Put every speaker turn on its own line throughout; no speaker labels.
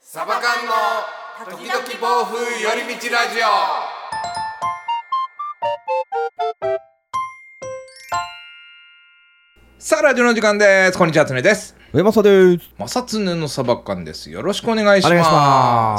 サバ缶の時々暴風寄り道ラジオさあラジオの時間ですこんにちはつねです
上政です。
まさつねのサバ缶ですよろしくお願いし
お
ます
願いし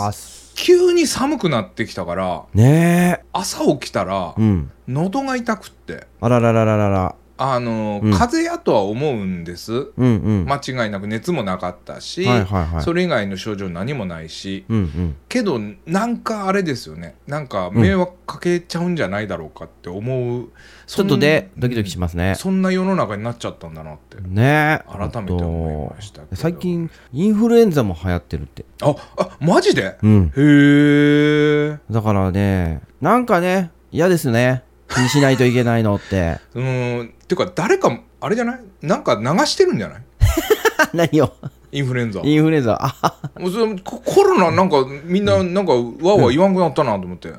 ます。
急に寒くなってきたから
ね
朝起きたら
え。うん。
喉が痛くって
あらららららら。
あの、
うん
風邪やとは思うんです
うんうん。
間違いなく熱もなかったし、
はいはいはい
それ以外の症状何もないし、
うんうん。
けどなんかあれですよねなんか迷惑かけちゃうんじゃないだろうかって思う
ちょっとで、ドキドキし
ま
ますね。
そんな世の中になっちゃったんだなって
ねえ。
改めて思いましたけど
最近、インフルエンザも流行ってるって。
ああマジで、
うん。
へえ
だからね、なんかね、嫌ですね。気にしないといけないのって。
うんていうか誰かあれじゃないなんか流してるんじゃない
何を
インフルエンザ
インフルエンザ。あはは
もうそれココロナなんかみんななんかわーわー言わんくなったなと思 って、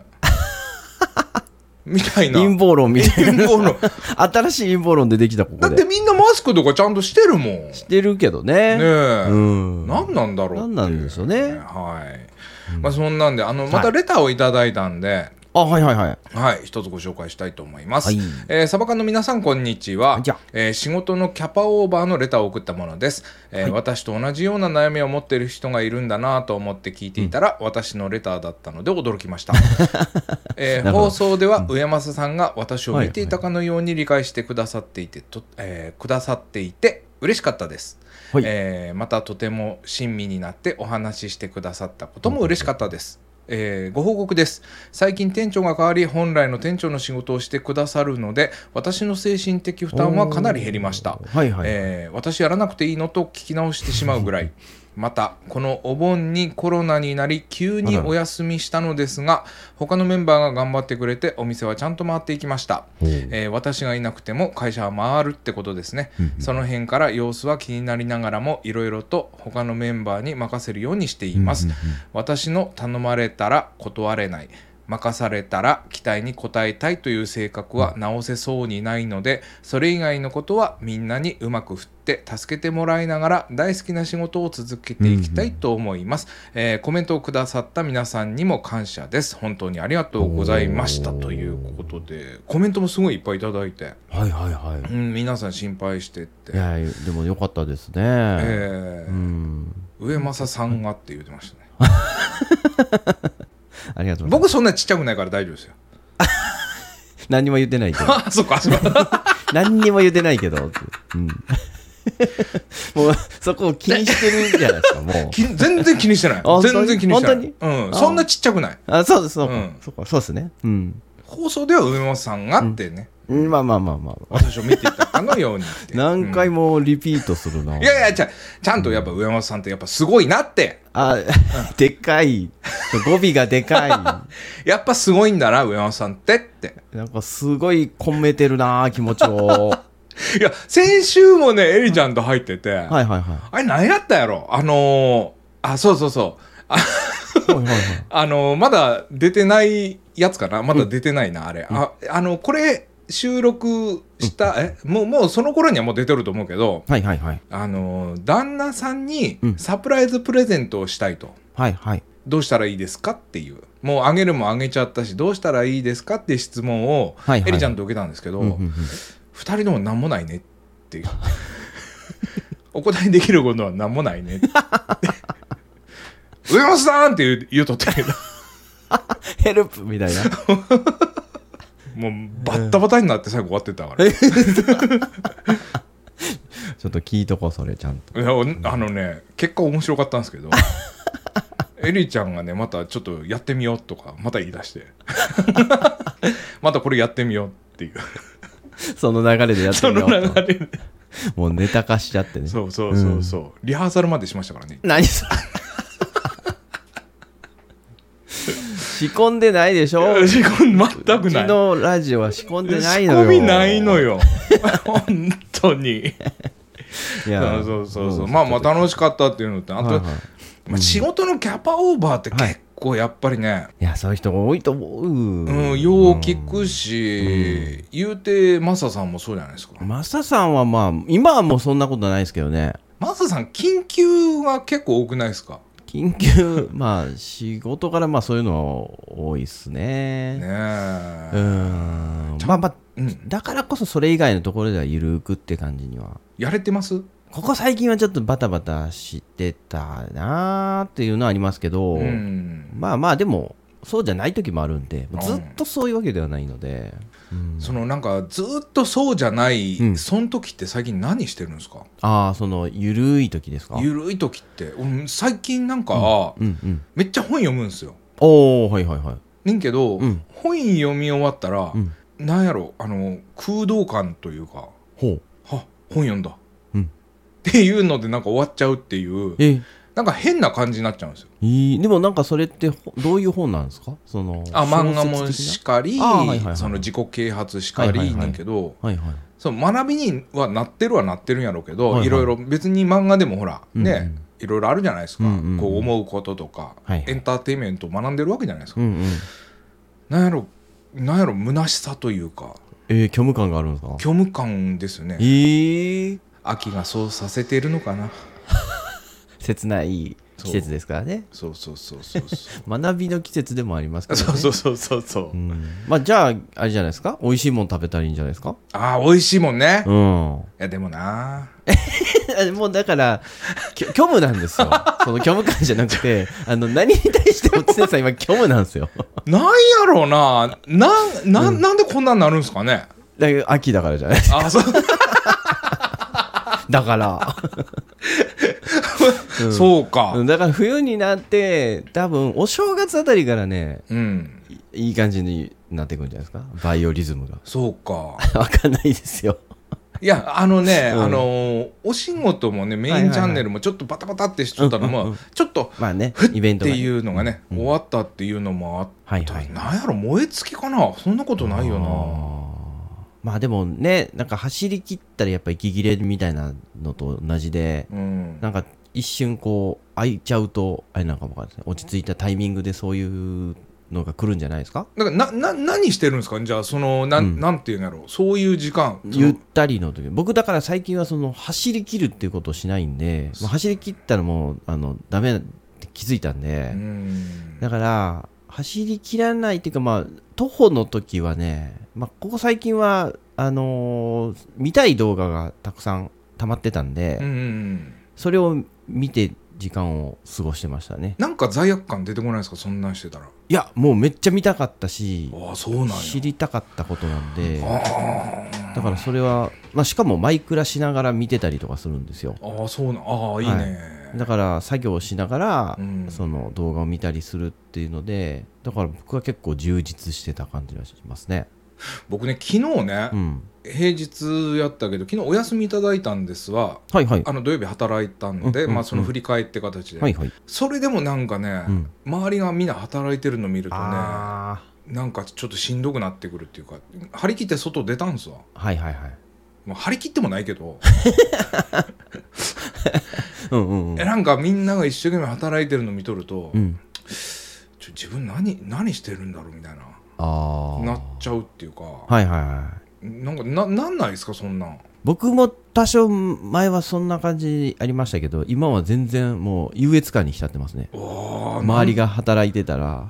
みたいな
陰謀論みたいな。
陰謀論
新しい陰謀論でできた、こ
だ
こ
って
で。
みんなマスクとかちゃんとしてるもんね
してるけど
え、
ね。うん。
何なんだろうっていう
何なんでしょうね
はい、まあそんなんであのまたレターをいただいたんで、
あ、はいはいはい。
はい、一つご紹介したいと思います。
はい
えーサバ缶の皆さん、こんにち
こん
は
にちは。
えー仕事のキャパオーバーのレターを送ったものです、えー私と同じような悩みを持っている人がいるんだなと思って聞いていたら、私のレターだったので驚きま した。えー
なるほど
放送では、上政さんが私を見ていたかのように理解してくださっていて、とえーくださっていて、嬉しかったです。
はい
えーまたとても親身になってお話ししてくださったことも嬉しかったです。えーご報告です最近店長が変わり本来の店長の仕事をしてくださるので私の精神的負担はかなり減りました
お、ーはいはい。
えー私やらなくていいのと聞き直してしまうぐら いまたこのお盆にコロナになり急にお休みしたのですが他のメンバーが頑張ってくれてお店はちゃんと回っていきました、
おー
えー私がいなくても会社は回るってことですね、その辺から様子は気になりながらもいろいろと他のメンバーに任せるようにしています、私の頼まれたら断れない任されたら期待に応えたいという性格は直せそうにないのでそれ以外のことはみんなにうまく振って助けてもらいながら大好きな仕事を続けていきたいと思います、えーコメントをくださった皆さんにも感謝です本当にありがとうございましたということでコメントもすごいいっぱいいただいて、
はいはいはい。
うん、皆さん心配してって、
いやでも良かったですね、
えー
うん
上政さんがって言ってましたね
ありがとうございま
僕そんなちっちゃくないから大丈夫ですよ
す何にも言ってないけど
あそっかそっか
何にも言ってないけど、 うん、もうそこを気にしてるじゃないですかもう
き全 然気にしてない
あ
全然気にしてない
本
うん、
あ
そんなちっちゃくない
あそうですそう,、
うん
そうかそうですねうん
放送では上本さんがってね、
うんまあまあまあまあ
私を見ていたかのようにって
何回もリピートするな、
いやいやちゃちゃんとやっぱ上本さんってやっぱすごいなって
あでかい語尾が でかい
やっぱすごいんだな上本さんってって
なんかすごい込めてるな気持ちを
いや先週もねエリちゃんと入ってて、
はいはいは
あれ何やったやろあのー、あそうそうそう
いはいはいはい
あのー、まだ出てないやつかなまだ出てないな、あれああのこれ収録した、えもうもうその頃にはもう出てると思うけど、
はいはいはい
あの旦那さんに
うん
サプライズプレゼントをしたいと、
はいはい
どうしたらいいですかっていうもうあげるもあげちゃったしどうしたらいいですかっていう質問を
はいはい
エリちゃんと受けたんですけど、
うんうんうん
二人とも何もないねっていう お答えできることは何もないねって 上本さんって言う言うとったけど
ヘルプみた いな
もうバッタバタになって最後終わってったから、
ちょっと聞いとこうそれちゃんと
いやおあのね結果面白かったんです けどエリちゃんがねまたちょっとやってみようとかまた言い出して またこれやってみようっていう
その流れでやって
そ
みよ
の
うと
流れで
もうネタ化しちゃってね
そうそうそうそう、リハーサルまでしましたから ね
何それ仕込んでないでし ょう
仕込ん全く
ち
ない
のラジオは仕込んでない
仕
のよ
込みないの よ本当に
いや
そうそうそうまあまあ楽しかったっていうのってあと、
はいはい
まあ、仕事のキャパオーバーって結構やっぱりね、
いやそういう人多いと思う
うん、よう聞くし、言うてマサさんもそうじゃないですか
マサさんはまあ今はもうそんなことないですけどね
マサさん緊急が結構多くないですか
緊急、まあ、仕事からまあそういうの多いっすね。
ね
うー
え
ん。まあまあ、
うん
だからこそそれ以外のところでは緩くって感じには。
やれてます
ここ最近はちょっとバタバタしてたなーっていうのはありますけど、
うん
まあまあでもそうじゃない時もあるんでずっとそういうわけではないので、うん
そのなんかずーっとそうじゃない、
うん
その時って最近何してるんですか
ああそのゆるい時ですか
ゆるい時って俺最近なんか、
うんうん
めっちゃ本読むんですよ
おおはいはいはい
ねんけど、
うん
本読み終わったら、
うん
なんやろあの空洞感というか
ほう
は本読んだ、
うん
っていうのでなんか終わっちゃうっていう
え
なんか変な感じになっちゃうんですよ
いいでもなんかそれってほどういう本なんですかその
あ漫画
小
も
説
し
的
かり、
あーはいはいはい
その自己啓発しか
はいはい
り
は
ね
い
んけど、
なはいはい
その学びにはなってるはなってるんやろうけど、
はい
い
はい
ろいろ別に漫画でもほら、
うんうん
ねいろいろあるじゃないですか、
うんうんうん
こう思うこととか、
はいはい
エンターテインメントを学んでるわけじゃないですか、
うんうん
なんやろなんやろ虚しさというか
えー、虚無感があるんですか
虚無感ですよね
えー、
秋がそうさせているのかな
切ない季節ですからね
そうそうそうそうそ
学びの季節でもありますけ
う
ど、ね、
そうそうそうそうそう
うんまあじゃああれじゃないですか美味しいもん食べたらいいんじゃないですか
ああ美味しいもんね、
う
い
ん
やでもな
あ もうだから、きょ虚無なんです よ。その虚無感じゃなく て、あの、何に対しても常さん今虚無なんですよ。
なんやろうななんなん、なんでこんなんなるんですかね
だから秋だからじゃない
あそう、
だから。うん
そうか
うんだから冬になって、多分お正月あたりからね、
うん
いい感じになってくるんじゃないですか。バイオリズムが。
そうか
わかんないですよ。
いやあのね、
うん
あのーお仕事もねメ
はい
イン
はいはい
チャンネルもちょっとバタバタってしとったの
うんうんう
もちょっと
まあね
ふっ、
イベン
っ
ト
て
が。
いうのがね、
うん
終わったっていうのもあっ
はい
た、
はい。
なんやろ燃え尽きかなそんなことないよな
あーまあでもね、なんか走り切ったらやっぱ息切れみたいなのと同じで、
うん
なんか一瞬こう開いちゃうとあれなんかもわかんないですね落ち着いたタイミングでそういうのが来るんじゃないですか
なんかなな何してるんですかじゃあそのなん,、
うん
なんていうんだろうそういう時間その
ゆったりの時僕だから最近はその走り切るっていうことをしないんで、まあ走り切ったらもうあのダメって気づいたんで、
うん
だから走り切らないっていうかまあ徒歩の時はね、まあ、ここ最近はあのー見たい動画がたくさん溜まってたんで、
うんうんうん
それを見て時間を過ごしてましたね
なんか罪悪感出てこないですかそんなんしてたら
いやもうめっちゃ見たかったし
ああそうなんや
知りたかったことなんで
あー
だからそれは、まあ、しかもマイクラしながら見てたりとかするんですよ
あーそうなんああいいね、
だから作業をしながら、
うん
その動画を見たりするっていうのでだから僕は結構充実してた感じがしますね
僕ね昨日ね、
うん
平日やったけど昨日お休みいただいたんですわ
はいはい
あの土曜日働いたの
うんうん
で、
うん
まあ、その振り返って形で、
はいはい、
それでもなんかね、
うん
周りがみんな働いてるの見るとね
あ
なんかちょっとしんどくなってくるっていうか張り切って外出たんですわ
あはいはいはい
もう張り切ってもないけど
うんうんうん
えなんかみんなが一生懸命働いてるの見とると、
うん
ちょ自分何何してるんだろうみたいな
ああ
なっちゃうっていうか、
はいはいはい
なんかななんないですかそんなん
僕も多少前はそんな感じありましたけど今は全然もう優越感に浸ってますね周
周
りが働いてたら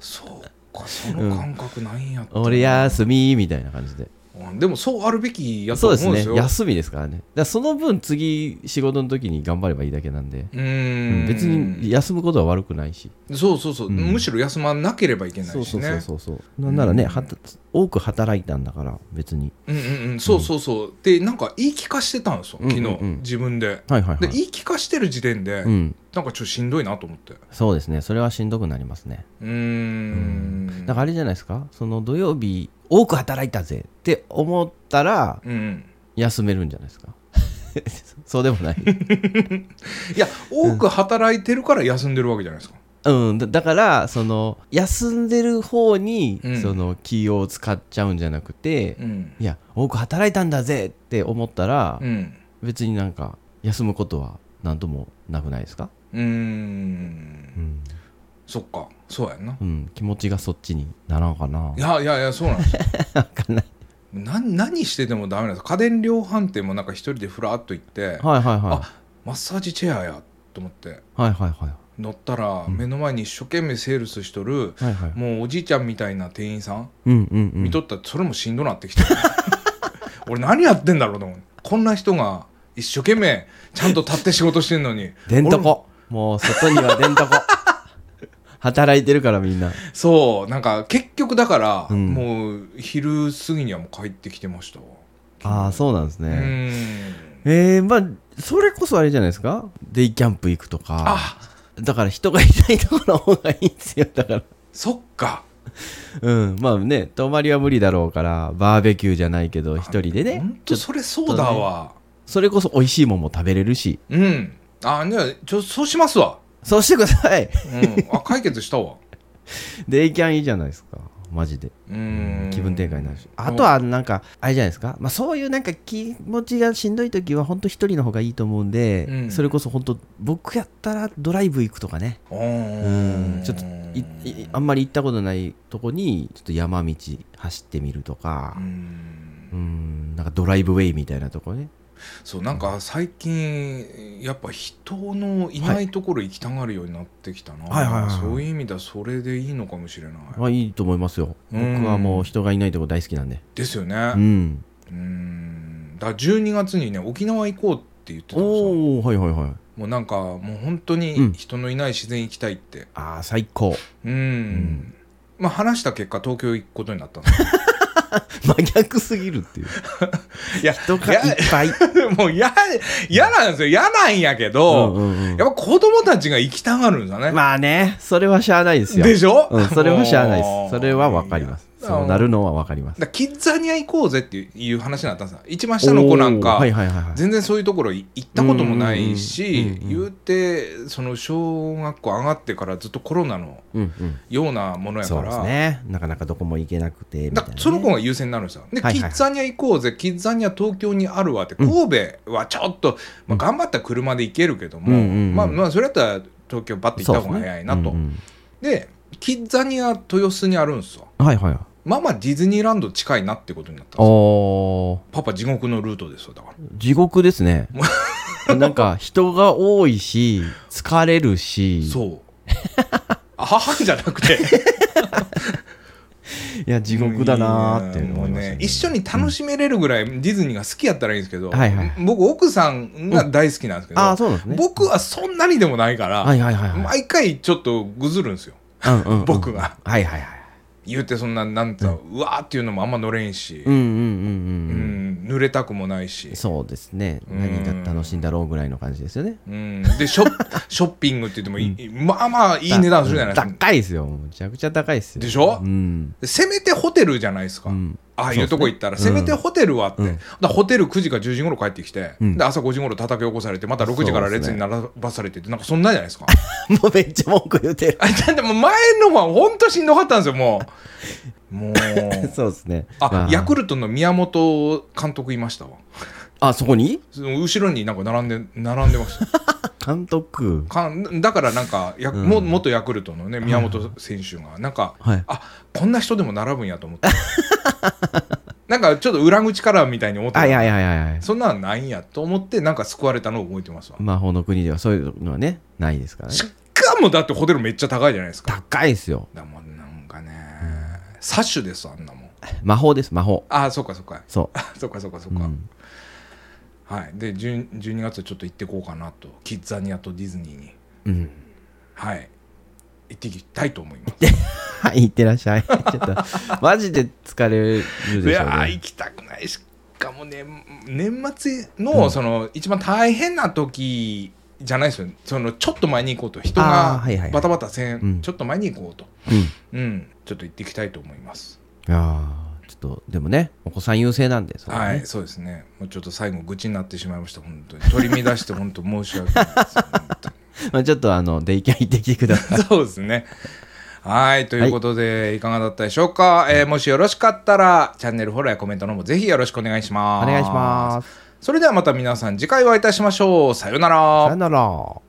そうかその感覚なんやっ
「
て
俺休み」みたいな感じで
うんでもそうあるべきやと
そうで
思うん
す
で
ね
すよ
休みですからねだからその分次仕事の時に頑張ればいいだけなんで、
う
う
ー
ん
ん
別に休むことは悪くないし
そうそうそう、
うん
むしろ休まなければいけないし
そ
ね
うそうそうそうそうなんならね、
うん
はた多く働いたんだから別に
うんうんうんそうそうそうでなんか言い聞かしてたんですよ昨日、
うんうんうん
自分で
はいはいは
で
い
言い聞かしてる時点で、
うん、
なんかちょっとしんどいなと思って
そうですねそれはしんどくなりますね
うーん
だからあれじゃないですかその土曜日多く働いたぜって思ったら
うんうん
休めるんじゃないですか そうでもない
いや多く働いてるから休んでるわけじゃないですか、
うん、だだからその休んでる方に、
うん
その気を使っちゃうんじゃなくて、
うん
いや多く働いたんだぜって思ったら、
うん
別になんか休むことは何ともなくないですか、
うーん
うん
そっかそうやんな
うん気持ちがそっちにならんかない
やいやいやそうなんですよ
わかん ない
な何しててもダメなんです家電量販店もなんか一人でふらっと行って
はいはいはい
あマッサージチェアやと思って
はいはいはい
乗ったら目の前に一生懸命セールスしとる、
はいはい
もうおじいちゃんみたいな店員さん
うんうんうん
見とったらそれもしんどなってき て俺何やってんだろうと思うこんな人が一生懸命ちゃんと立って仕事してんのに
でんとこもう外にはでんとこ 働いてるからみんな
俺そうなんか結局だから、
うん
もう昼過ぎにはもう帰ってきてましたわ
ああそうなんです
う
ね、
ん
えー、まあそれこそあれじゃないですかデイキャンプ行くとか
あ
だから人がいないところの方がいいんですよだ から
そっか
うんまあね泊まりは無理だろうからバーベキューじゃないけど一人で
ほん
ねち
と
ょっと
それそうだわ、
それこそ美味しいもんも食べれるし
うんあじゃあちょそうしますわ、
そうしてください
うん、あ解決したわ
デイキャンいいじゃないですかマジで
うん
気分転換になるしあとはなんかあれじゃないですか、まあ、そういうなんか気持ちがしんどい時は本当一人の方がいいと思うんで、
うん
それこそ本当僕やったらドライブ行くとかね、
うん
ちょっといいあんまり行ったことないとこにちょっと山道走ってみるとか
う、ん
うん、なんかドライブウェイみたいなとこね
そうなんか最近やっぱ人のいないところ行きたがるようになってきたな、
はいはいはいはい
そういう意味ではそれでいいのかもしれない、
あいいと思いますよ僕
うん
はもう人がいないとこ大好きなんで
ですよ
う
ね
ん
うんだから12月にね沖縄行こうって言ってたんですよ
おおはいはいはい
もうなんかもう本当
うん
に人のいない自然行きたいって
ああ最高
うん、
ん
まあ話した結果東京行くことになったんです
真逆すぎるっ ていう
いや
人 がいっぱい
もう嫌嫌なんですよ嫌なんやけど、
うんうんうん
やっぱ子供たちが行きたがるんだね、
まあね、それはしゃあないですよ。
でしょ、
うん、それはしゃあないで
もう
す。それはわかります。
いや
そうなるのはわかります。
だからキッザニア行こうぜっていう話になったんですよ一番下の子なんか
おーはいはいはいはい。
全然そういうところい行ったこともない
うんうん
し
うんうん
言うてその小学校上がってからずっとコロナの
うんうん。
ようなものや
そ
か
うです
ら、
ね。なかなかどこも行けなくてみたい
だ
な
か
ね、
らその子が優先になるんですよで、
はいはい
キ
はい
ッザニア行こうぜキッザニア東京にあるわって
うん
神戸はちょっと、まあ、頑張ったら車で行けるけども、
うんうんうん
まあ、まあそれやったら東京バッて行った方が早いなとで,、
そうですね
キッザニア豊洲にあるんですよ
うんうんはいはい。
まあまあディズニーランド近いなってことになったんですよ
おー
パパ地獄のルートですよだから。
地獄です ね。なんか人が多いし、疲れるし、
そう。あははんじゃなくて
いや、 地獄だなーって思いま
もう
す、
ね一緒に楽しめれるぐらいディズニーが好きやったらいいんですけど、
はいはい
僕奥さんが大好きなんですけど、
ああ、そうなんですね。
僕はそんなにでもないから、
はいはいはいはい。
毎回ちょっとぐずるんですよ
うんうんうん
僕が。
はいはいはい。
言うてそんななんか、うわーっていうのもあんま乗れんし、
うんうん
う
うんんうん。
濡れたくもないし、
そうですね。
うん
何が楽しいんだろうぐらいの感じですよね。
うん、でショショッ ピングって言ってもいい、まあまあいい値段するじゃないですか、
高いですよ。むちゃくちゃ高いですよ。
でしょ
うん。
せめてホテルじゃないですか、
うん
ああいうとこ行ったら、
そうで
せ
すね
めてホテルはって、
うん
だからホテル9時か10時頃帰ってきて、
うん
で朝5時頃叩き起こされてまた6時から列に並ばされてって、なんかそんなんじゃないですか
もうめっちゃ文句言うてる。
あだってもう前のは本当しんどかったんですよもう もう
そうですね。
あ
ー
ヤクルトの宮本監督いましたわ
あ、そこに
その後ろになんか並んで並んでました
監督。
かんだからなんかや、
うん
も元ヤクルトのね宮本選手がなんか、
はい。
あこんな人でも並ぶんやと思って なんかちょっと裏口からみたいに思ってた
あ、いやいやいやいや。
そんなんないんやと思ってなんか救われたのを覚えてますわ、
魔法の国ではそういうのはね、ないですからね
し。かもだってホテルめっちゃ高いじゃないですか
高いですよ。
だもんなんかねサッシュですあんなもん
魔法です、魔法。
ああそうかそうか
そ。
そうかそうかそうう
う
か、
ん
はいで10 12月ちょっと行ってこうかなとキッザニアとディズニーに
うん。
はい行ってきたいと思います
はい、いってらっしゃい。 ちょっと、マジで疲れる
い
でしょう
やー
ね。
行きたくないしかもね年末の、その一番大変な時じゃないですよそのちょっと前に行こうと人
あー
が
はいはいはい
バタバタせん、
うん
ちょっと前に行こうと
うん。い
うん、ちょっと行ってきたいと思います。
やーちょっと、でもね、お子さん優勢なんで、それね
はい、そうですね。もうちょっと最後愚痴になってしまいました。本当に取り乱して本当申し訳ないです。本当
まあちょっと、あの、デイキャン行ってきてくださ い。
にそうですね。はい、ということで、い、かがだったでしょうか、えーもしよろしかったら、チャンネルフォローやコメントの方もぜひよろしくお願いします。。
お願いします
それではまた皆さん次回お会いいたしましょう。さようなら
さよなら。